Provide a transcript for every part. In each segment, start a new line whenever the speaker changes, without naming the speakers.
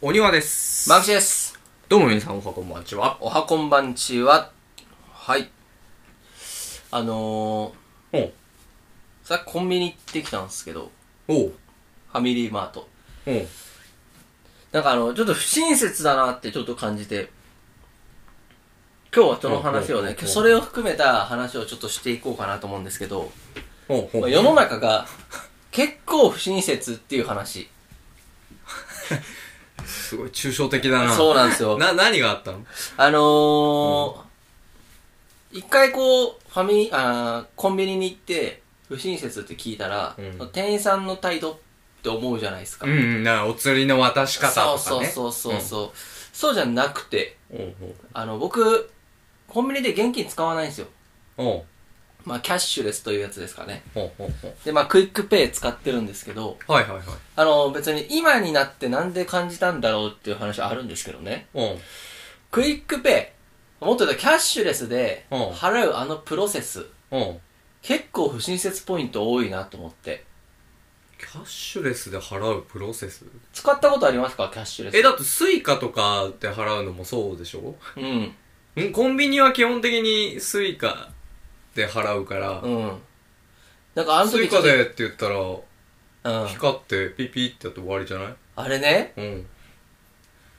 お庭です。
マキシです。
どうも皆さん、おはこんばんちは。
おはこんばんちは。はい。あの
おう。
ー、さっきコンビニ行ってきたんですけど、
おう。
ファミリーマート。
おう。
なんかあの、ちょっと不親切だなってちょっと感じて、今日はその話を
うんうん
ね
う、ん
それを含めた話をちょっとしていこうかなと思うんですけど、
おう。お
まあ
う。
世の中が結構不親切っていう話。
すごい抽象的だな。
そうなん ですよ。
な、何があったの
あのー一回こう、ファミリー、あーコンビニに行って、不親切って聞いたら、
うん
店員さんの態度って思うじゃないですか。
うんうん、な、お釣りの渡し方と
そ
か
う
ね。
そうそうそうそう、そうじゃなくて、
うん。
あの、僕、コンビニで現金使わないんですよ。
おう。
まあ、キャッシュレスというやつですかね。
おう。おう。おう。
で、まあ、クイックペイ使ってるんですけど、
はいはいはい。
あの、別に今になってなんで感じたんだろうっていう話はあるんですけどね。
おう。
クイックペイ、もっと言うとキャッシュレスで
うん
払うあのプロセス。
おう。
結構不親切ポイント多いなと思って。
キャッシュレスで払うプロセス
使ったことありますかキャッシュレス。
え、だってスイカとかで払うのもそうでしょ
うん。
んコンビニは基本的にスイカで払うから、
うん。なんかあの
ス
時
イ
ちょ
カ
っと
でって言ったら、
うん。
光ってピピってやって終わりじゃない
あれね、
うん。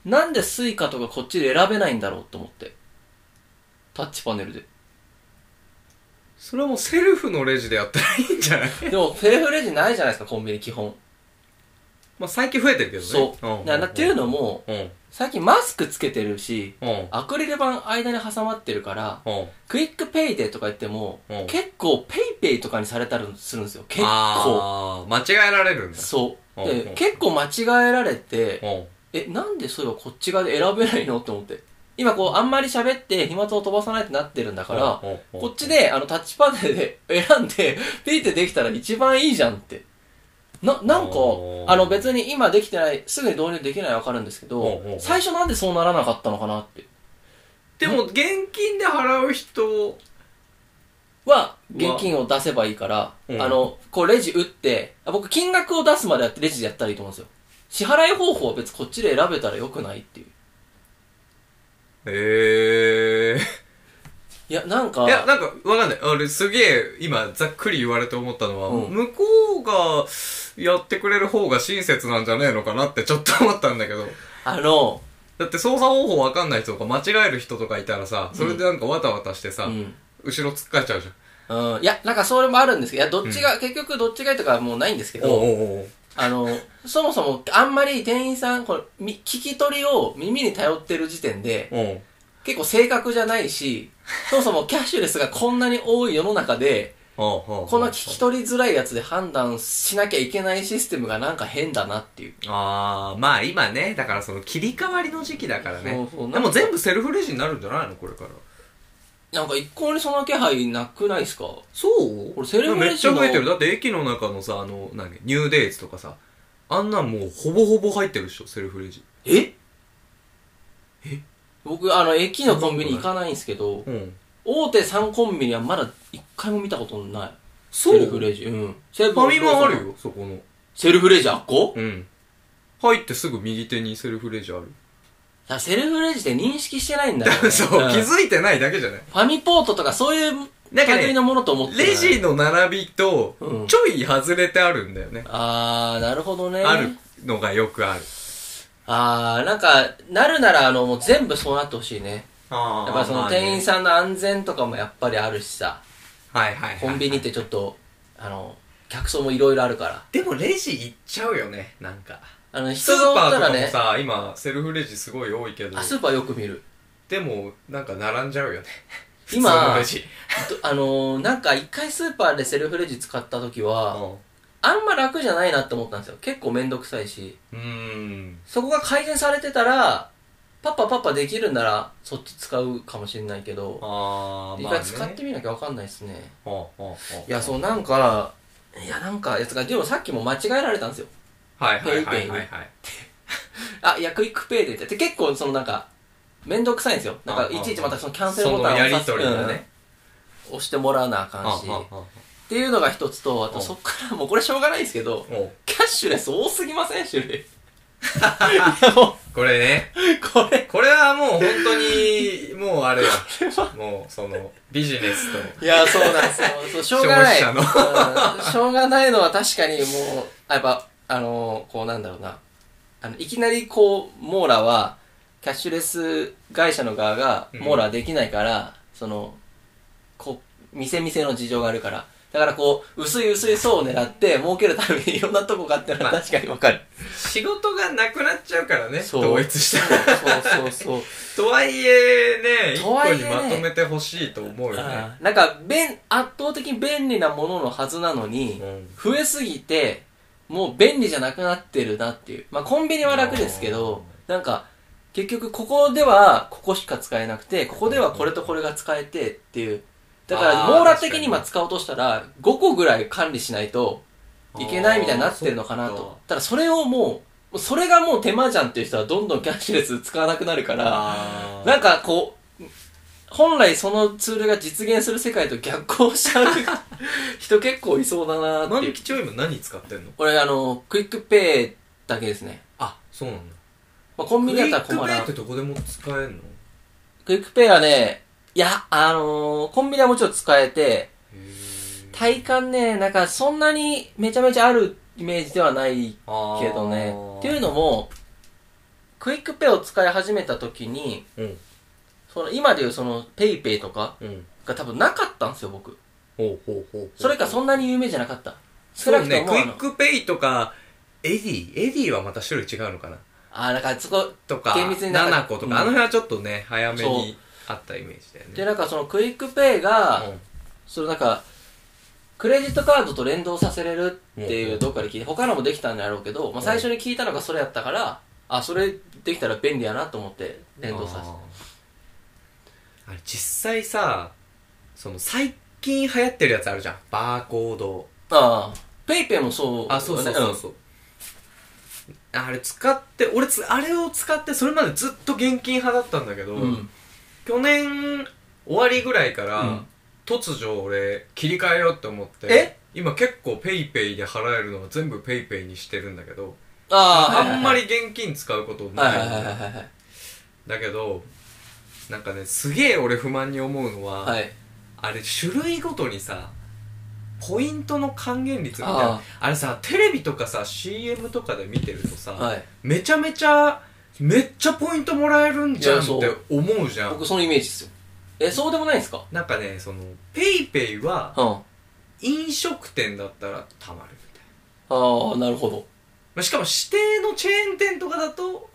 なんでスイカとかこっちで選べないんだろうと思って。タッチパネルで。
それはもうセルフのレジでやったらいいんじゃ ない
でも、セルフレジないじゃないですか、コンビニ基本。
まあ最近増えてるけどね。
そう。
んんん
ななっていうのも、
うん。
最近マスクつけてるし、
うん。うん。
アクリル板間に挟まってるから、
うん。
クイックペイでとか言っても
うん、
結構ペイペイとかにされたりするんですよ。結構。
あー。間違えられるんだ。
そう。
うん
で、結構間違えられて、
うん。
え、なんでそれをこっち側で選べないのって思って。今こう、あんまり喋って、飛沫を飛ばさないってなってるんだから、
うんうんうん
こっちで、あの、タッチパネルで 選んで、ピーってできたら一番いいじゃんって。な、なんか
お、ー
あの、別に今できてない、すぐに導入できないのはわかるんですけ
おうおうお
ど
う、
最初なんでそうならなかったのかなって。
でも、現金で払う人、
は、現金を出せばいいから、
うん
あの、こうレジ打って、あ僕金額を出すまでやってレジでやったらいいと思うんですよ。支払い方法は別にこっちで選べたらよくないっていう。
えー。
いや、なんか、
いや、なんか、わかんない。俺、すげえ、今、ざっくり言われて思ったのは、
うん
向こうが、やってくれる方が親切なんじゃねえのかなってちょっと思ったんだけど。
あの、
だって操作方法わかんない人とか、間違える人とかいたらさ、それでなんかわたわたしてさ、
うん。
後ろ突っかえちゃうじゃん。
うん、いや、なんかそれもあるんですけど、いや、どっちが、結局どっちがいいとかはもうないんですけど、
うおうおう
あの、そもそもあんまり店員さん、これ、み聞き取りを耳に頼ってる時点で、
うん。
結構正確じゃないし、そもそもキャッシュレスがこんなに多い世の 中で、
こ
こんな聞き取りづらいやつで判断しなきゃいけないシステムがなんか変だなっていう。
ああまあ今ねだからその切り替わりの時期だからね
そうそうなん
で
か
も全部セルフレジになるんじゃないのこれから
なんか一向にその気配なくないですか
そう
これセルフレジ
めっ
の
ちゃ増えてるだって駅の中のさあの何ニューデイズとかさあんなんもうほぼほぼ入ってるでしょセルフレジ
ええ僕、あの、駅のコンビニ行かないんですけど、
うん
大手3コンビニはまだ一回も見たことない。
そ
セ
う
ルフ
フ
レジ。うん。セル
ァミマある。よそこの
セルフレジあっこ
うん入ってすぐ右手にセルフレジある、
だからセルフレジって認識してないんだよ、ね。
そう
うん
気づいてないだけじゃない
ファミポートとかそういう
なんかね
類のものと思ってない
レジの並びと
うん
ちょい外れてあるんだよね、
あー、なるほどね。
ある。のがよくある
あー、なんか、なるなら、あの、もう全部そうなってほしいね。
あ
やっぱその店員
さん
さんの安全とかもやっぱりあるしさ、
はいはいはいはい
コンビニってちょっと、あの、客層もいろいろあるから。
でもレジ行っちゃうよねなんか
あの、
スー
人がお
パ
った
ー
ら
とかも
ね、
さ今セルフレジすごい多いけど
あ、スーパーよく見る。
でもなんか並んじゃうよね
今
普通のレジ
どあのー、なんか一回スーパーでセルフレジ使った時は、あんま楽じゃないなって思ったんですよ。結構めんどくさいし。
うんうーん
そこが改善されてたら、パッパパッパできるなら、そっち使うかもしれないけど、
あー
一
まあ、ね、
回使ってみなきゃわかんないですね。
ほうほうほう
いや、そう、なんか、いや、なんか、やつが、でもさっきも間違えられたんですよ。
はいはいはいはい
ペイ
はい
あ、いや、クイックペイでって。で、結構、そのなんか、めんどくさいんですよ。なんか、
あ
いちいちまたそのキャンセルボタン
そ
を
のや
押
り
さ
とりだね、
うん押してもらわなあかんし。っ
あ
ていうのが一つと、あとそっから、もうこれしょうがないですけど、
おう
キャッシュレス多すぎません種類。も
これね。
う、 これ、
これはもう本当に、もうあれ だ。もうその、ビジネスと。
いや、そうなんですよ。そうしょうがない。
消
うんしょうがないのは確かにもう、やっぱ、あのこうなんだろうな。あの、いきなりこう、網羅は、キャッシュレス会社の側が
うん
網羅できないから、その、こう、店々の事情があるから。だからこう、薄い薄い層を狙って、儲けるためにいろんなとこがあってのは
まあ
確かにわかる。
仕事がなくなっちゃうからね。
そう
統一した ら。
そうそうそう。
とはいえね、一
と
個
はいえ
に
ね
まとめてほしいと思うよね。
あーなんか便圧倒的に便利なもののはずなのに、
うん
増えすぎてもう便利じゃなくなってるなっていうまあコンビニは楽ですけどなんか結局ここではここしか使えなくてここではこれとこれが使えてっていうだから
あー
網羅的
確かに
に今使おうとしたら5個ぐらい管理しないといけないみたいになってるのかな
あーそ
とただそれをもうそれがもう手間じゃんっていう人はどんどんキャッシュレス使わなくなるから
あー
なんかこう、本来そのツールが実現する世界と逆行しちゃう人結構いそうだなーっ
万
ていう
引。きちょいも何使ってんの
俺あの、クイックペイだけですね。
あ、そうなんだ。
まあ、コンビニだったら困
クイッ
ら
クペ
ん。ク
イってどこでも使えんの
イックペイはね、いや、あのーコンビニはもちろん使えて、体感ね、なんかそんなにめちゃめちゃあるイメージではないけどね。っていう
の
のも、クイックペイを使い始めた時に、
うん
その今でいうそのペイペイとか
うん
が多分なかったんですよ、僕。
ほうほうほうほう
それかそんなに有名じゃなかった。少
そう
なくと
ね
も、
クイ
あ
ッ
の、
クペイとかエディエディはまた種類違うのかな
あ、だからそこ、
とか
厳密になんか
ナナコと
うん
かあの辺はちょっとね早め
そう
にあったイメージだよね
で、なんかそのクイックペイが、
うん
そのなんか、クレジットカードと連動させれるっていううんどっかで聞いて、他のもできたんだろうけど、まあ、最初に聞いたのがそれやったから、あ、それできたら便利やなと思って連動させて。
あーあれ実際さその最近流行ってるやつあるじゃんバーコード
ああ、ペイペイもそう、
あそうそうそうそうあれ使って俺つあれを使ってそれまでずっと現金派だったんだけど、
うん。うん。
去年終わりぐらいから、
うん
突如俺切り替えようって思って
え
今結構ペイペイで払えるのは全部ペイペイにしてるんだけど
ああ、
あんまり。現金使うこと
はい
ない
はい
ん
はいはい
だよだけどなんかねすげえ俺不満に思うのは、
はい。はい。
あれ種類ごとにさポイントの還元率みたい
あ
なあれさテレビとかさ CM とかで見てるとさ、
はい。
めちゃめちゃめっちゃポイントもらえるんじゃん
いや
って
そう
思うじゃん
僕そのイメージですよ。え、そうでもないんですか
なんかね、その、ペイペイは、
うん。あ
飲食店だったらたまるみたいな。
あ、なるほど。
まあ、しかも指定のチェーン店とかだと、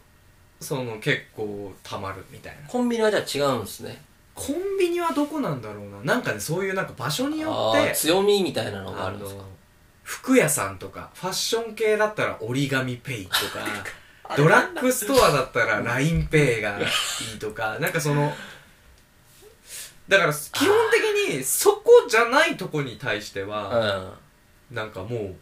その結構たまるみたいな。
コンビニはじゃあ違うんですね。
コンビニはどこなんだろうな。なんかね、そういうなんか場所によ
あ
っ
ー
て、
強みみたいなのがあ
あ
るんですか
の、服屋さんとか、ファッション系だったら折り紙ペイとか、ドラッグストアだったら LINEPay がいいとか、なんかその、だから基本的にそこじゃないとこに対しては、なんかも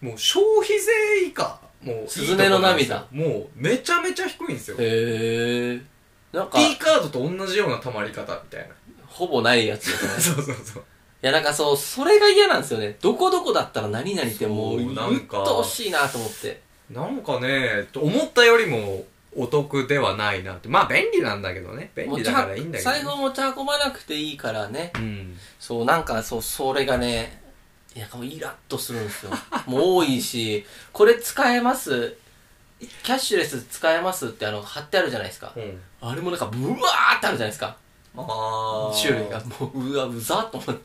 う、もう消費税以下、もういいとこなんですよ
スズメの涙
もうめちゃめちゃ低いんですよ。
うん
P
へえなんか
カードと同じような溜まり方み たいな。
ほぼないやつですね
そうそうそう。
いやなんかそうそれが嫌なんですよねどこどこだったら何々ってもう
そうう
っ
なんか
とうしいなと思って
なんかね、と思ったよりもお得ではないなって。まあ便利なんだけどね。便利だからいいんだけど、ね。
財布を持ち運ばなくていいからね
うん。
そうなんかそうそれがねいやもうイラッとするんです よもう多いしこれ使えますキャッシュレス使えますってあの貼ってあるじゃないですか
うん。
あれもなんかブワーってあるじゃないですか
あ
種類がもううわうざーっと思って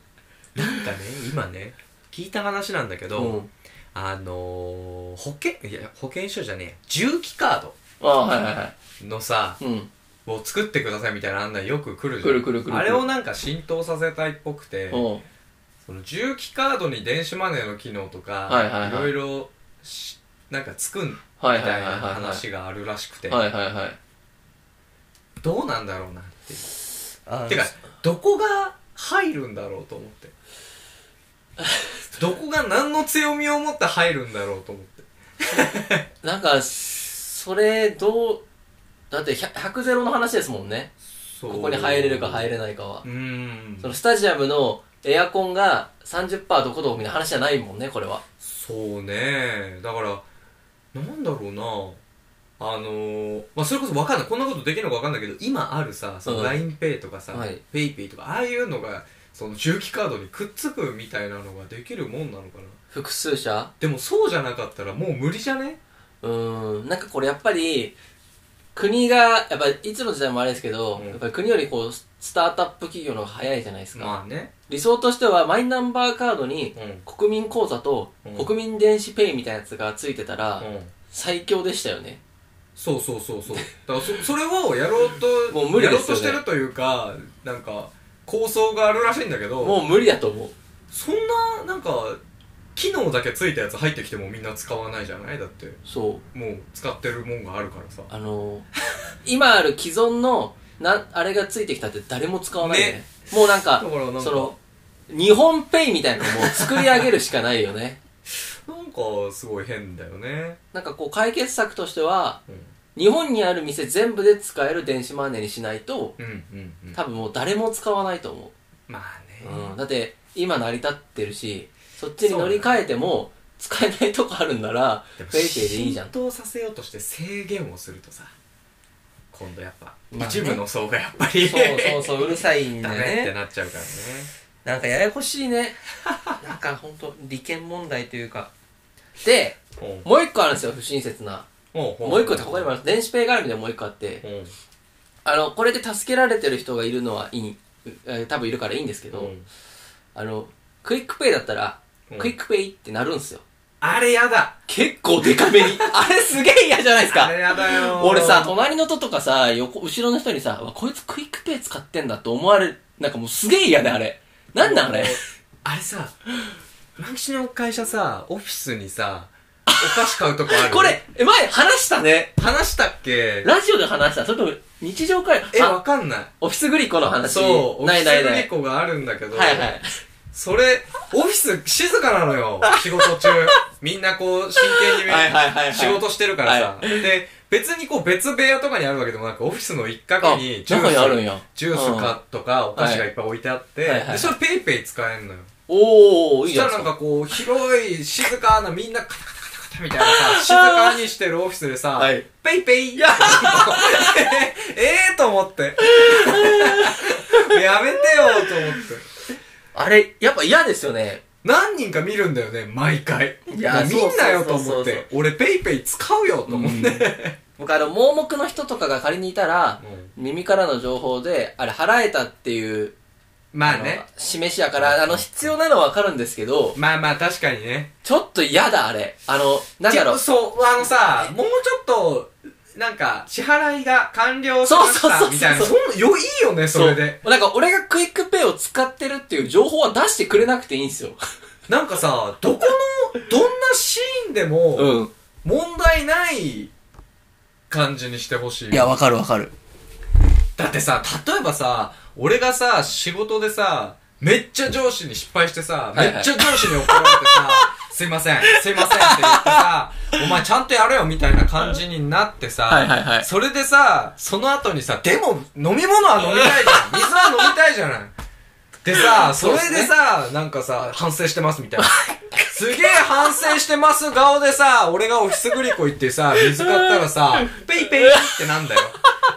なんかね、今ね、聞いた話なんだけど、
うん
あのー、保険、いや、保険証じゃねえや。重機カー
ああはいはいは
ドのさ、
いうん
を作ってくださいみたいな案内よく来るじゃん
来る来る来る来る
あれをなんか浸透させたいっぽくて
うん
その重機カードに電子マネーの機能とか、
はいはいはい
ろいろしなんかつくんみ
はい
たい
はいは
な
いはいはい
話があるらしくて、
はいはいはい
どうなんだろうなっていう
あ
てかどこが入るんだろうと思って どこが何の強みを持って入るんだろうと思って
なんかそれどうだって100 100ゼロの話ですもんね
そ
こ
う
こに入れるか入れ
ない
ないかは
う、ん
そのスタジアムのエアコンが30%どこどこみたいな話じゃないもんねこれは
そうねだからなんだろうなあのーまあ、それこそわかんないこんなことできるのかわかんないけど今あるさその
うん
LINEPay とかさ、
はい
PayPay とかああいうのがその重機カードにくっつくみたいなのができるもんなのかな
複数社
でもそうじゃなかったらもう無理じゃね
うーんなんかこれやっぱり国がやっぱいつの時代もあれですけど、
うん
やっぱり国よりこうススタートアップ企業の方が早いじゃないですか、
まあね
理想としてはマイナンバーカードに
うんうん
国民口座と
うん
国民電子ペイみたいなやつがついてたら最強でしたよね
そうそうそうそうだからそそれをやろうと
もう無理
や
で
ろう
すよね
としてるというかなんか構想があるらしいんだけど
もう無理だと思う
そんななんか機能だけついたやつ入ってきてもみんな使わないじゃないだって
そう
もう使ってるもんがあるからさ
あのー今ある既存のなあれがついてきたって誰も使わないよね
ね
もうな
だ
んか
からなんか
その日本ペイみたいなのも作り上げるしかない よね
なんかすごい変だよね、
なんかこう解決策としては
うん、
日本にある店全部で使える電子マネーにしないと
うんうんうん
多分もう誰も使わないと思
まあ
う、
ね、
うん、だって今成り立ってるしそっちに乗り換えても使えないとこあるんなら
でも
ペイペイでいいじゃん
浸透させようとして制限をするとさ今度やっぱ、
まあね
一部の層がやっぱり
そうそうそううるさいん だ
ダ
よ
メって
ね
なっちゃうからね
なんかややこし いねなんか本当利権問題というかで
うん
もう一個あるんですよ不親切な
も
もう一個って他にもある電子ペイ絡みでもう一個あって
うん
あのこれで助けられてる人がいるのはいいえー多分いるからいいんですけど、あのクイックペイだったら、
うん
クイックペイってなるんすよ
あれやだ
結構デカ めにあれすげえ嫌じゃないです
あ
か
れやだよ
俺さ隣の人とかさ横後ろの人にさわこいつクイックペイ使ってんだって思われるなんかもうすげえ嫌であれなんなんあれ
あれさマキシの会社さオフィスにさお菓子買うとこある
これえ前話したね
話したっけ
ラジオで話したそれとも日常会
えわ
あ
かんない
オフィスグリコの話
そうオフ
な
ィ
いない
スグ
な
リ
い
コがあるんだけど
はいはい
それオフィス静かなのよ仕事 中みんなこう真剣にめ
はいはいはいはい
仕事してるからさで別にこう別部屋とかにあるわけでもなくオフィスの一角に
あ中にあるんや
ジュースかとかお菓子がいっぱい置いてあって、
はいはいはい
でそれペイペイ使えんのよ
おお
そ
いい
し
じ
た
ゃん
らなんかこう広い静かなみんなカタカタカタカタみたいなさ静かにしてるオフィスでさ、
はい
ペイペイえ えと思って やめてよと思って
あれやっぱ嫌ですよね
何人か見るんだよね毎回
い
い
や
や見んなよと思
そうそうそう
っ
そう
て俺ペイペイ使うよと思って、
僕あの盲目の人とかが仮にいたら、
う
耳からの情報であれ払えたっていう
まあね
の示しやからあの必要なのはわかるんですけど
まあまあ確かにね
ちょっと嫌だあれあのなんだろう
ちそうあのさもうちょっとなんか支払いが完了しま
そうそう
し
そうそ
た
う
みたいなそんなよいいよねそれで
うなんか俺がクイックペイを使ってるっていう情報は出してくれなくていいんですよ
なんかさどこのどんなシーンでも
うん
問題ない感じにしてほしい
いやわかるわかる
だってさ例えばさ俺がさ仕事でさめっちゃ上司に失敗してさ、
はいはい
めっちゃ上司に怒られて さすいませんすいませんって言ってさお前ちゃんとやれよみたいな感じになってさ、
はいはいはい
それでさその後にさでも飲み物は飲みたいじ ゃん水は飲みたいじゃないでさそ
そう
れ
っ
です
ね
さ、なんかさ反省してますみ たいなすげえ反省してます顔でさ俺がオフィスグリコ行ってさ水買ったらさ ペイペイってなんだよ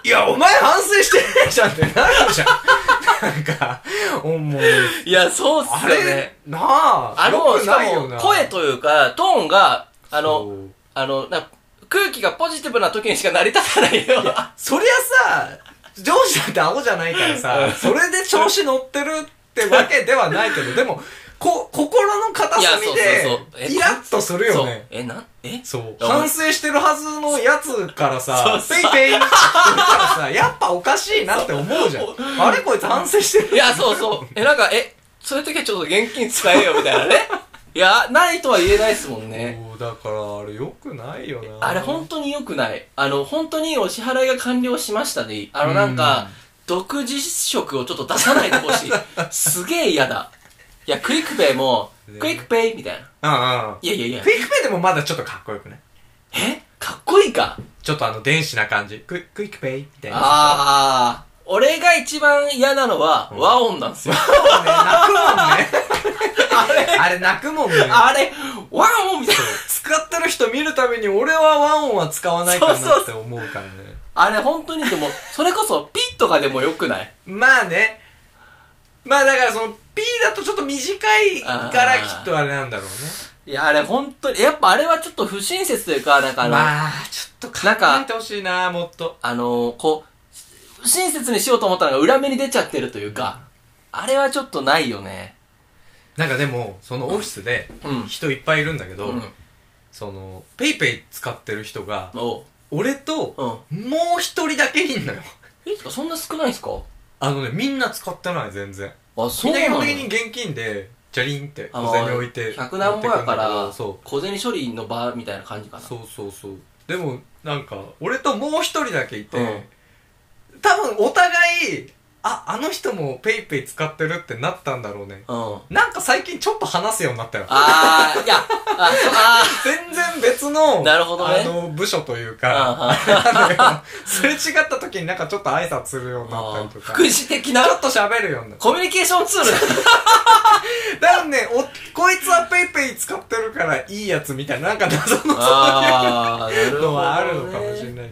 いやお前反省してねえじゃんってなるじゃんなんかおもう
いやそうっす
あ
よね
れなあ
あ
よ
の
く
しか
ないよな
も声というかトーンが
そ
あの
う
あのなんか空気がポジティブな時にしか成り立たないよ
そりゃさ、上司だってアホじゃないからさ、それで調子乗ってるってわけではないけど、でも、こ、心の片隅
いやそうそうそうえ
で、イラッとするよね。
え、なん、え
そう。
そう
反省してるはずのやつからさ、
そ
ペ
う
イ
そう
ペイって言ったらさ、やっぱおかしいなって思うじゃん。あれこいつ反省してる。
いや、そうそう。え、なんか、え、そういう時はちょっと現金使えよ、みたいなね。いや、ないとは言えないですもんね。
そうだから、あれ良くないよな。
あれ、本当に良くない。あの、本当にお支払いが完了しましたでいい。あの、なんか、独自色をちょっと出さないで ほしい。すげえ嫌だ。いや、クイックペイも、クイックペイみたいな。
うんうん。
いやいやいや
ク、イックペイでもまだちょっとかっこよくない
えかっこいいか。
ちょっとあの、電子な感じ。クイクイックペイみたいな。
ああ、俺が一番嫌なのは、和音なんです よ。
そう ね、泣くもんね。あれ、あれ泣くもんね。
あれ、ワンオンみたいな。
使ってる人見るために俺はワンオンは使わないかな
そうそう
って思うからね
あれ本当にでも、それこそピッとかでもよくない
まあねまあだからその P だとちょっと短いからきっとあれなんだろうね
いや、あれ本当に、やっぱあれはちょっと不親切というか、なんかあの、
まあちょっと考えてほしいなもっと
あのこう、不親切にしようと思ったのが裏目に出ちゃってるというか、あれはちょっとないよね。
なんかでもそのオフィスで
うん。
人いっぱいいるんだけど、
うん。
そのペイペイ使ってる人が
おう。
俺と
うん。
もう一人だけいんのよ
え、てかそんな少ないんすか
あのねみんな使ってない全然
あ、
み
そ
ん
う
な
な
基
の
本的に現金でチャリンって
あ
小銭置いて
100何
持っ
本やから
てくんだけどそう
小銭処理の場みたいな感じかな
そうそうそうでもなんか俺ともう一人だけいて、
うん
多分お互いああの人もペイペイ使ってるってなったんだろうね
うん
なんか最近ちょっと話すようになったよ
あーいやあそうあ
全然別の
なるほどね
あの部署というか
ー
あのすれ違った時になんかちょっと挨拶するように なった
あ
り
ー
と か
福祉的な
ちょっと喋るようになっ
コミュニケーションツール
ただからねおこいつはペイペイ使ってるからいいやつみたいななんか謎の
ああな
のはあるのかもしれ
い
ないけ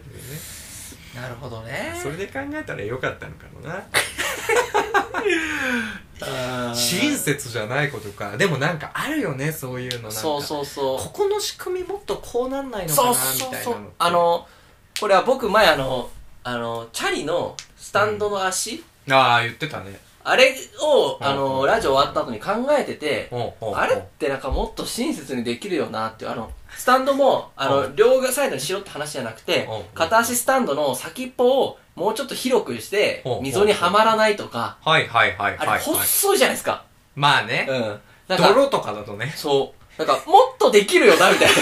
どね
なるほどね
それで考えたらよかったのかもな
あー
親切じゃないことかでもなんかあるよねそういうのなんか
そうそうそう
ここの仕組みもっとこうなんないのか
そ
な
うそう
みたい
そ
な
う
のって
あのこれは僕前あのあのチャリのスタンドの足、
ああ言ってたね
あれを、あ
うんう
の、
ん
ラジオ終わった後に考えてて、
おうおうおう
あれってなんかもっと親切にできるよなっていうあのスタンドもあの両サイドにしろって話じゃなくて
うん
片足スタンドの先っぽをもうちょっと広くして
うん
溝にはまらないとか
はいはいはいはい、
あ
はい
れ、細いじゃないですか
まあ
う
ね、
んなんか
泥とかだとね
そうなんかもっとできるよなみたい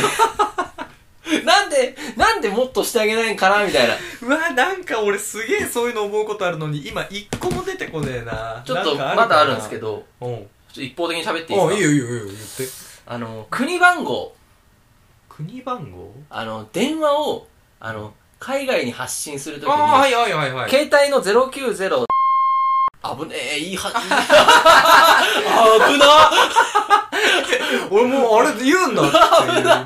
ななんでなんでもっとしてあげないんかなみたいな
うわなんか俺すげえそういうの思うことあるのに今一個も出てこねえな
ちょっとまだあるんですけ
ど
ど
うん
ちょっと一方的に喋っていい
あいいよ
ですか
いいよいいよ言って
あの国番号
国番号
あの電話をあの海外に発信するときに
ああはいはいはいはい
携帯の090危ねえ、いい は、危
俺もうあれ言うんだっていう今
な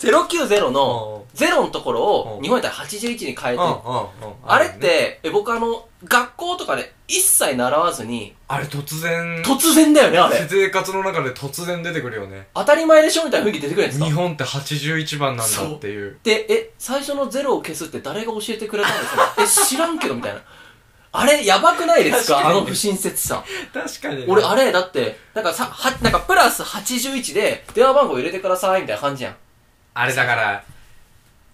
!090 の
うん
0のところ
う
を
ん
日本やったら81に変えて、
うんうんうん
あれって、え僕あの、学校とかで一切習わずに、
あれ突然
突然だよね、あれ。
生活の中で突然出てくるよね
当たり前でしょみたいな雰囲気出てくるじゃない
日
ですか。
本って81番なんだっていう
で、え、最初の0を消すって誰が教えてくれたん ですかえ、知らんけど、みたいな。あれ、やばくないです
確
か
か
あ
に
の不親切さ。
確かにね
俺、あれ、だって、なんかさ、は、なんかプラス81で、電話番号入れてください、みたいな感じやん。
あれだから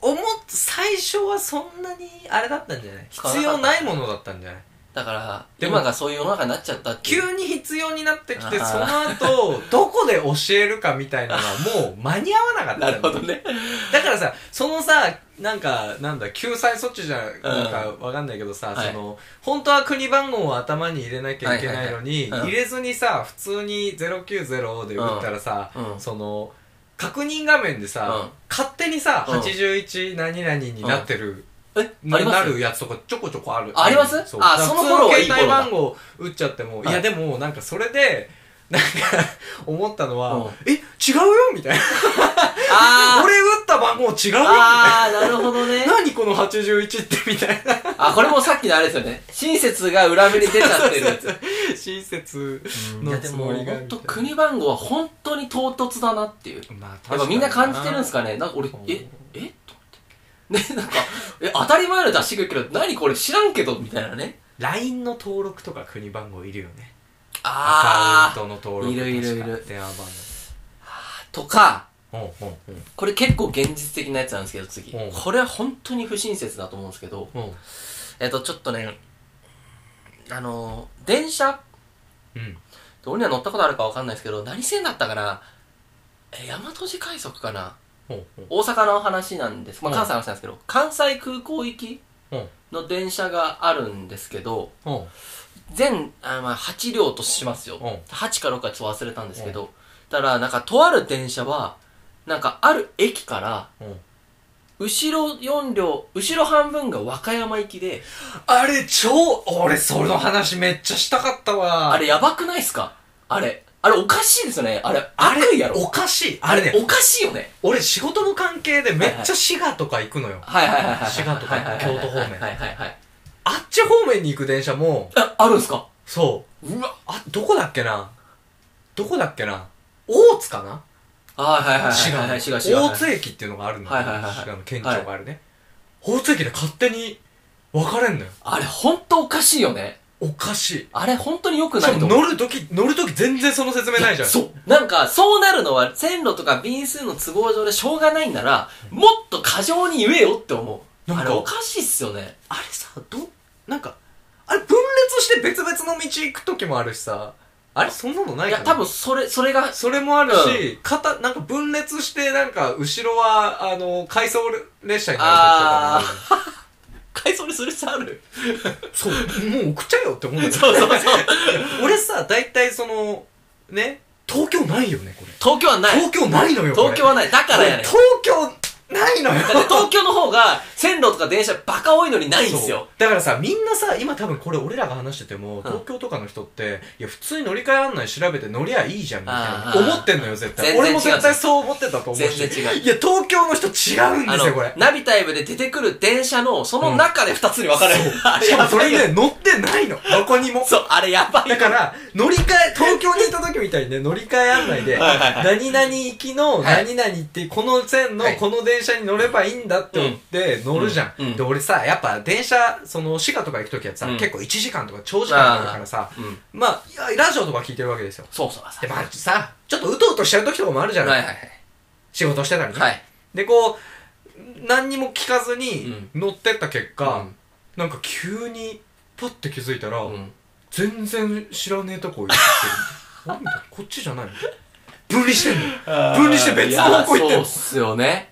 思っ最初はそんなにあれだったんじゃない
使わな
必
かっ
要
た
ないものだったんじゃない
だから、
でも
今がそういう世の中になっちゃったっていう。
急に必要になってきて
あー
その後どこで教えるかみたいなのはもう間に合 わなかったんだ
な
よ
るほどね。
だからさそのさなんかなんだ救済措置じゃなんかわかんないけどさ、
はい
その本当は国番号を頭に入れなきゃいけないのに、
はいはいはいうん
入れずにさ普通に090で打ったらさ、
うんうん
その確認画面でさ、
うん
勝手にさ、
うん
81何々になってる、
え、
な
あります
なるやつとかちょこちょこある
ああります
るそうだ
あ
から
その頃は
普
いい
通の携帯
頃だ
番号打っちゃっても、い、
は
や
い
でもなんかそ れでなんか思ったのは、
うん
え違うよみたいな
あ ー
俺打った番号違うよみたいな
あー、なるほどね。
何この81ってみたいな
あ、これもさっきのあれですよね。親切が裏目に出ちゃってるやつ。
親切
い
の
や、で
つ
も、
もりが
本当国番号は本当に唐突だなっていう。
まあ
やっぱみんな感じてるんです
か
かね。なんか俺
うん、
え、えと思って。ね、 なんか、え、当たり前の出してくるけど、何これ知らんけど、みたいなね。
LINE の登録とか国番号いるよねア
あ
カウントの登録
いるいるいる
確か電話
ー、とか、
番号うんうん
これ結構現実的なやつなんですけど、次。
うん
これは本当に不親切だと思うんですけど、
うん
えっと、ちょっとね、あの、電車、
うん
どうには乗ったことあるかわかんないですけど、何線だったかなえ、大和路快速かな
うんうん
大阪の話なんです。まあ、
うん
関西の話なんですけど、関西空港行き
うん
の電車があるんですけど、
うん
全、あまあ、8両としますよ。
うん
8か6かちょっと忘れたんですけど、ただ、なんか、とある電車は、なんか、ある駅から、
うん
後ろ4両、後ろ半分が和歌山行きで、
あれ超俺その話めっちゃしたかったわ
あれやばくないっすかあれ。あれおかしいですよね。あれ、悪意や
お
ろ。
かしいあれね
おかしいよね。
俺仕事の関係でめっちゃ滋賀とか行くのよ
はいはいはいはい。
滋賀とか
はいはい
京都方面
はいはいはい。
あっち方面に行く電車も
あ、あるんですか
そう
うわ。
あどこだっけなどこだっけな大津かな
あはいはいはい。
滋賀
はい
の
はい滋賀、滋賀。
大津駅っていうのがあるのよ
はいはいはいはい
滋賀の県庁があるね大津駅で勝手に分かれんのよ
あれ、ほんとおかしいよね。
おかしい
あれ、ほんとに良く
し
な
か
いと
も
思う。
乗るとき乗るとき全然その説明ないじゃん
そう。なんか、そうなるのは、線路とか便数の都合上でしょうがないなら、もっと過剰に言えよって思う。
なんか
あれ、おかしいっすよね。
あれさどなんかあれ分裂して別々の道行く時もあるしさあれそんなのないいかな
や、多分、それ、それが、
それもあるし、片なんか分裂してなんか後ろはあの回送列車になる時とかもあ
回想にする必要ある
るそうもう送っちゃえよって思うんだけど
そうそう そう。
俺さ大体そのね東京ないよねこれ
東京はない。
東京ないのよこれ
東京はない。だからやねん。
東京ないのよ
だって東京の方が線路とか電車バカ多いのにないんです
そう
よ。
だからさみんなさ今多分これ俺らが話してても、東京とかの人っていや普通に乗り換え案内調べて乗りゃいいじゃんみたい
あ
な
ー
思ってんのよ絶対
全然違う
俺も絶対そう思ってたと思うし
全然違う
いや東京の人違うんで
あ
すよ
の
これ、
ナビタイムで出てくる電車の、その中で二つに分かれる。あれ
し
や
か
ばい
もそれ
よ
ね乗ってないのどこにも
そう、あれやばい よ
だから乗り換え東京に行った時みたいにね乗り換え案内で
はいはいは
何々行きの
は
何々っていうこの線の
はい
この電車に乗ればいいんだって思って乗るじゃ
うんうん
んで俺さやっぱ電車その滋賀とか行く時はさ
うん
結構1時間とか長時間かかるからさ
うん。
まあ、いやラジオとか聞いてるわけですよ。
そうそうそ
で、
う。
まあさ、ちょっとうとうとしちゃう時とかもあるじゃない、
はいはい
仕事してたりね。
はい。
で、こう、何にも聞かずに
う
乗ってった結果、
うん
なんか急にパッて気づいたら、
はい。
全然知らねえとこ行って る。あみたいなこっちじゃないの分離してんの分離して別の方向行ってん
いやそう
の
っすよね。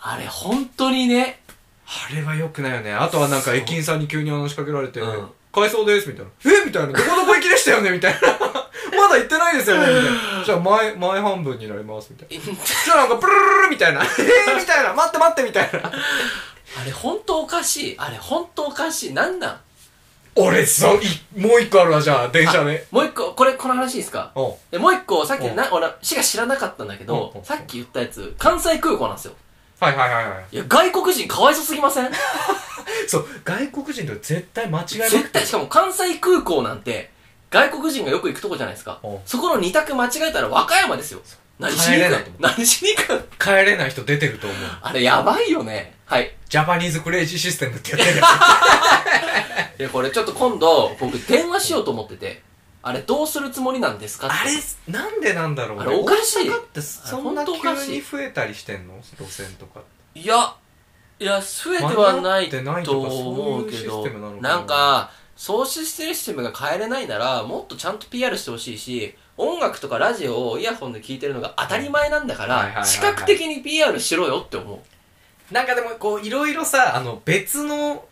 あれ、本当にね。
あれは良くないよね。あとはなんか駅員さんに急に話しかけられて、
うん
改装ですみたいな。えみたいな。どこどこ行きでしたよねみたいな。 まだ行ってないですよねみたい な。じゃあ前、前半分になりますみたいな。じゃあなんかプルルルみたいな。 えーみたいな。待って待ってみたいな。
あれ、本当おかしい。あれ、本当おかしい。なんなん
俺、そう、いもう一個あるわ、じゃあ、電車ね。
もう一個、これ、この話いいですか
おう
でもう一個、さっき
うん
な、俺、しか知らなかったんだけ
うんう
ど
ん、
さっき言ったやつ、関西空港なんですよ。
はいはいはいはい。
いや、外国人かわいそすぎません
そう、外国人と絶対間違いなく
絶対、しかも関西空港なんて、外国人がよく行くとこじゃないですか
うん。
そこの二択間違えたら和歌山ですよ。何しに
帰
行
れ
く
ない
の何しに行くの
帰れない人出てると思う。
あれ、やばいよね。はい。
ジャパニーズクレイジーシステムってやってるや
いや、これちょっと今度、僕電話しようと思ってて、あれどうするつもりなんですかって。
つ。あれ、なんでなんだろうね
あれおかしい
大阪ってそん
あ
な
れほんとおかしい
急に増えたりしてんの路線とか。
いや、いや、増えてはない
間に合ってない
と
とか
思
そうい
う
う
け
シス
ど
テムなの、かな
なんか、そうシステムが変えれないなら、もっとちゃんと PR してほしいし、音楽とかラジオをイヤホンで聴いてるのが当たり前なんだか
はいはいはいはい
ら、視覚的に PR しろよって思う。
なんかでも、こう、いろいろさ、あの、別の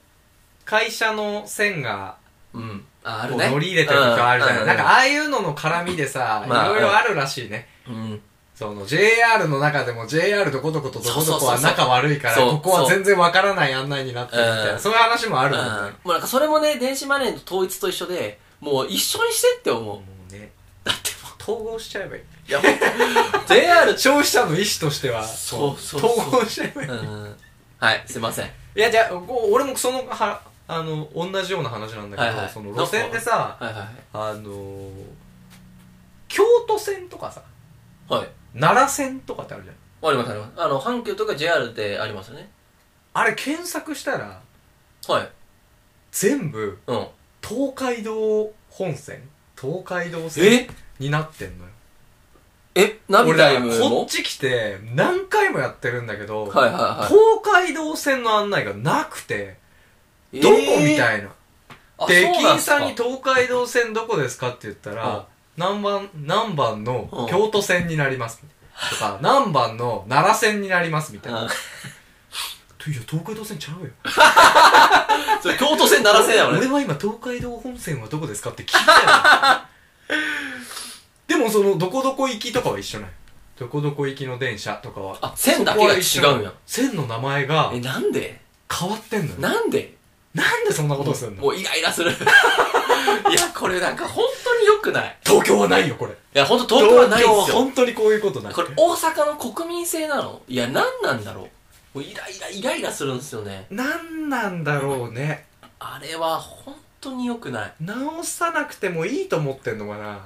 会社の線が
うん。あ、あ
こ
る
う
ね。
乗り入れてるとかあるじゃ
う
なんいなんかああいうのの絡みでさ、い
まあ
ろいろあるらしいね。
うん。
その JR の中でも JR どこどことどこ
そうそ
ど
うそ
こ
うそう
は仲悪いから、
そう
ここは全然わからない案内になってるみたい
うん
な、そういう話もあ
うん。
る
も
もんね。
うなんかそれもね、電子マネーの統一と一緒で、もう一緒にしてって思う。
もうね、
だっても
統合しちゃえばいい。
う、い や、ほんと JR
消費者の意思としては、
そうそうそう
統合しちゃえばいい。
うんはい、すいません。
いや、じゃあ、こう俺もその、は、あの、同じような話なんだけど、
はいはい
その路線でさ、
はいは
あのー京都線とかさ、
い。はい。
奈良線とかってあるじゃん。
ありますあります。あの、阪急とか JR でありますよね。
あれ検索したら、
はい。
全部、
うん。
東海道本線東海道線
え
になってんのよ
えナビタイム
俺だからこ
も
っち来て何回もやってるんだけど、
はいは
東海道線の案内がなくて
いはい。
どこみたいな、
あ
で駅
そうなん
員
すか
さんに東海道線どこですかって言ったら、何番何番
うん
の京都線になりますとか何番の奈良線になりますみたいな、いや東海道線ちゃうよ
うんそれ京都線鳴らせやもんね。
俺は今東海道本線はどこですかって聞いたよ でもそのどこどこ行きとかは一緒なんよどこどこ行きの電車とかは
あ、線だけが違うんや。
線の名前が
え、なんで
変わってんのよな
なんで
んでそんなことすんの
もうイライラする。いや、これなんか本当に良くない
東京はないよこれ
いや、ほんと東京はないですよ。
本当にこういうことない
これ大阪の国民性なのいや、何なんだろう。もうイライラ、イライラするんですよね。
何なんだろうね
あれは本当に良くない。
直さなくてもいいと思ってんのかな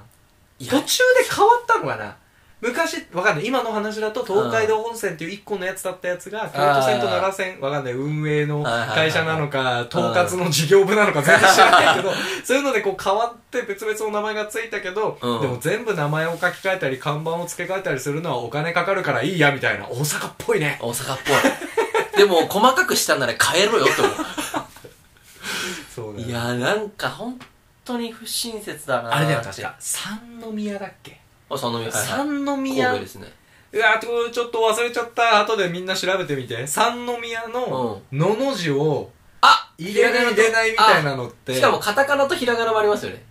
い
や
途中で変わったのかな昔わかんない今の話だと東海道本線っていう1個のやつだったやつが京都線と奈良線わかんない運営の会社なのか統括の事業部なのか全然知らないけどそういうのでこう変わって別々の名前がついたけど、
うん
でも全部名前を書き換えたり看板を付け替えたりするのはお金かかるからいいやみたいな大阪っぽいね
大阪っぽい。でも、細かくしたなら変えろよって思
そう
う。
だ
い
ね
や、なんか本当に不親切だな
あれだよ確か三宮だっけ
あ、その宮。はいはい
三宮
神戸ですね。
うわこれちょっと忘れちゃった後でみんな調べてみて三宮の「の」の字を
あ
入れない入れないみたいなのっ
あ
て
しかもカタカナとひらがなもありますよね。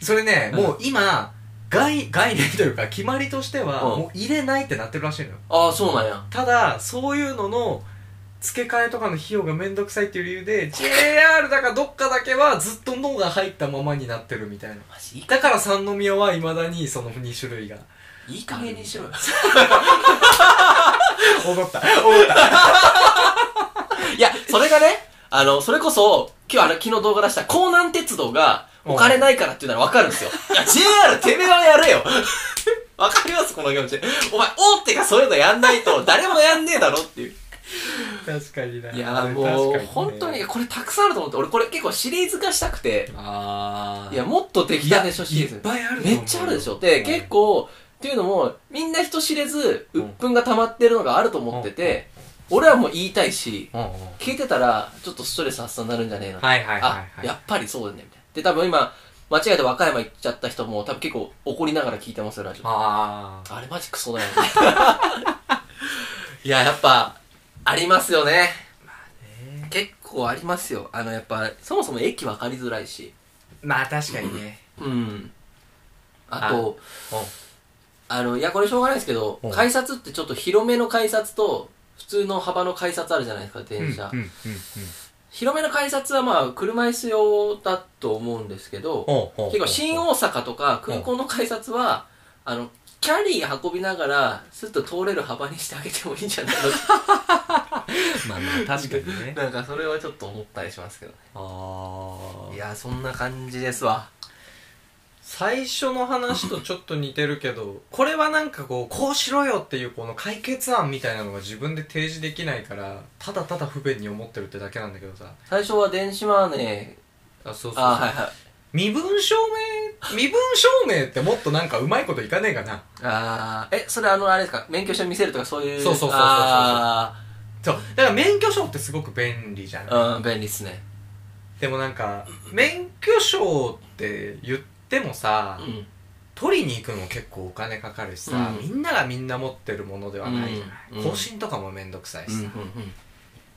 それね
うん
もう今概概念というか決まりとしては
うん
もう入れないってなってるらしいのよ
ああ、そうなんや。
ただそういうのの付け替えとかの費用がめんどくさいっていう理由で JR だかどっかだけはずっと「の」が入ったままになってるみたいな
マジいいか
だから三宮はいまだにその2種 類が
いい加減にしろよ。
怒った怒った
いや、それがね、あの、それこそ、今日あの、昨日動画出した江南鉄道が、お金ないからっていうならわかるんですよ。 いや、JR てめえはや れよわかりますこの気持ち。お前、大手がそういうのやんないと、誰もやんねえだろっていう。
確かにない
や、もう、本当に、これたくさんあると思って、俺これ結構シリーズ化したくて、
あ
いや、もっとできたでしょ、シリーズ。
いっぱいあると思
め
う
っちゃあるでしょ。で、
うん
結構、っていうのも、みんな人知れず、
うん
鬱憤が溜まってるのがあると思ってて、俺はもう言いたいし、
うんうん
聞いてたら、ちょっとストレス発散になるんじゃねえの。
はいはいはい
あ、
はい
やっぱりそうだね、みたいな。で、多分今、間違えて和歌山行っちゃった人も、多分結構怒りながら聞いてますよ、ラジオ。
あ
あれマジクソだよね。 いや、やっぱ、ありますよね。
あ
結構ありますよ。あの、やっぱ、そもそも駅分かりづらいし。
まあ確かにね
うん。あと、
うん
あの、いや、これしょうがないですけど
う、ん
改札ってちょっと広めの改札と、普通の幅の改札あるじゃないですか、電車。
うんうんうん
広めの改札はまあ、車椅子用だと思うんですけど、
うん
結構新大阪とか空港の改札は、あの、キャリー運びながら、スッと通れる幅にしてあげてもいいんじゃな いのって
まあまあ確かにね
なんかそれはちょっと思ったりしますけどね。
あ
いや、そんな感じですわ。
最初の話とちょっと似てるけどこれはなんかこうこうしろよっていうこの解決案みたいなのが自分で提示できないからただただ不便に思ってるってだけなんだけどさ
最初は電子マネ
あそうそう
ー、あ、はいはい。
身分証明身分証明ってもっとなんかうまいこといかねえかな
ああ、え、それあの、あれですか、免許証見せるとかそういう。
そうそうそうそうそう
あ
そうだから免許証ってすごく便利じゃない
ーうん、便利っすね。
でもなんか免許証って言ってもさ、
うん。
取りに行くのも結構お金かかるしさ、
うん
みんながみんな持ってるものではないじゃない、
うん
更新とかもめんどくさいし
う
さ、
ん、うん、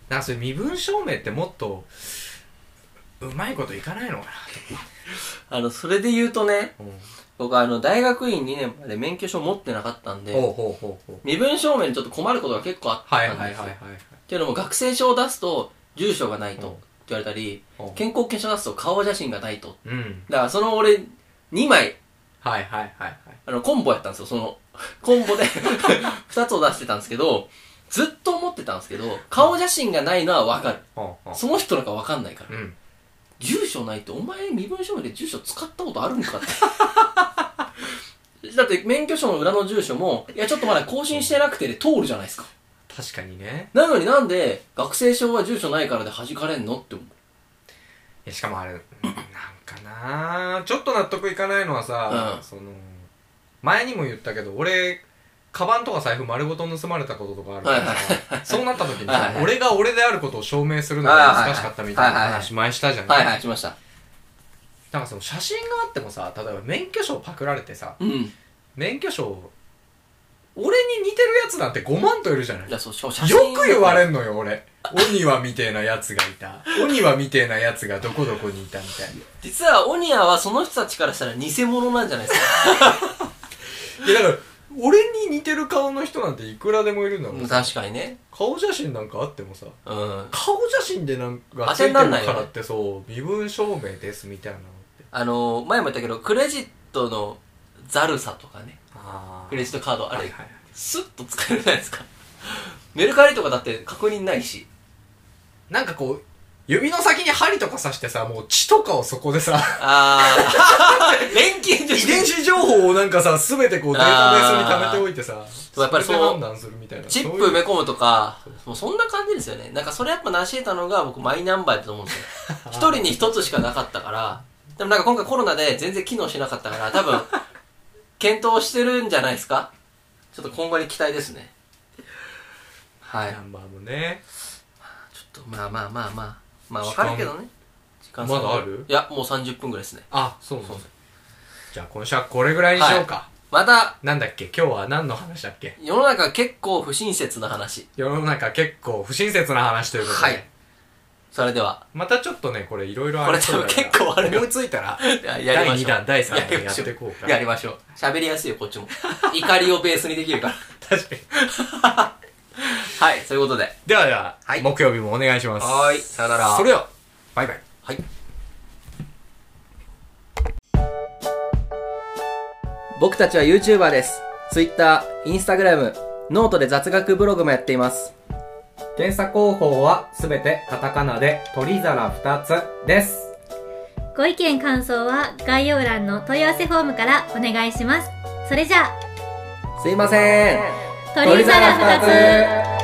なんかそういう身分証明ってもっとうまいこといかないのか
あの、それで言うとね、
な、
僕あの、大学院2年まで免許証持ってなかったん
ほ
で、
うほうほうほう
身分証明にちょっと困ることが結構あったん
は
で
い
す
は
よ。
いはいはい
っていうのも、学生証を出すと、住所がないと、
うん
って言われたり、
はい
健康保険証を出すと顔写真がないと。
うん
だから、その俺、2枚、
はいはいはいはい
あの、コンボやったんですよ、その、コンボで、2つを出してたんですけど、ずっと思ってたんですけど、顔写真がないのはわかる。
ほうほ
その人なんかわかんないから
う。うん
住所ないって、お前身分証明で住所使ったことあるんか って。だって免許証の裏の住所も、いやちょっとまだ更新してなくてで通るじゃないですか。
確かにね
なのになんで学生証は住所ないからで弾かれんのって思う。
いやしかもあれなんかなあちょっと納得いかないのはさ、
うん
その前にも言ったけど俺カバンとか財布丸ごと盗まれたこととかあるから
はい
さそうなった時に
はいはい
さ
はい
俺が俺であることを証明するのが難しかったみたいな
はいはいはい
話前したじゃん
はい
だ
はい、しました。
からその写真があってもさ例えば免許証パクられてさ
うん。い
免許証俺に似てるやつなんて5万といるじゃない
や、そう、しかも写
よ
真。
く言われ
る。
んのよ俺鬼はみてえなやつがいた鬼はみてえなやつがどこどこにいたみたいな
実は、オニアはその人たちからしたら偽物なんじゃないですか。
いやだから俺に似てる顔の人なんていくらでもいるんだもん、
うん確かにね。
顔写真なんかあってもさ
うん。
顔写真でなんか
当
つ
て
いてる
になんないよね
からってそう身分証明ですみたいなのって
あの前も言ったけどクレジットのざるさとかね
あ
クレジットカードあ
はい
れ、
はい
スッと使えるじゃないですかメルカリとかだって確認ないし
なんかこう指の先に針とか刺してさもう血とかをそこでさ
あ あ錬金術
遺伝子情報をなんかさ全てこうデータベースに貯めておいてさ
そうやっぱり
れで
そう
判断するみたいな
チッ
そう
プ
いう
埋め込むとか、もうそんな感じですよね。なんかそれやっぱ成し得たのが僕マイナンバーだと思うんですよ。 一人に一つしかなかったから、でもなんか今回コロナで全然機能しなかったから、多分、 検討してるんじゃないですかちょっと今後に期待ですね。はい。ち
ナンバーもね
ょっとまあまあまあまあ、まあわかるけどね。時間
まだある
いや、もう30分ぐらいですね。
あそうそう
そう
じゃあ今週はこれぐらいにしようか、
また、
なんだっけ今日は何の話だっけ
世の中結構不親切な話。
世の中結構不親切な話ということで、
はいそれでは、
またちょっとねこれいろいろありそうだから
これ多分結構あるよ
思いついたら
やや
第
りまし
2
ょう
弾第3
やり
弾
ま
やっ
しょう
ていこうか
やりましょう。喋りやすいよ、こっちも。怒りをベースにでき るから。
確かに
はい、そういうことで。
ではでは、
はい
木曜日もお願いします
はーいさよなら
それではバイバイ
はい。僕たちは YouTuber です。Twitter、Instagram、ノートで雑学ブログもやっています。
検査方法はすべてカタカナで鳥皿2つです
ご意見感想は概要欄の問い合わせフォームからお願いします。それじゃあ、
すいません。
鳥皿2つ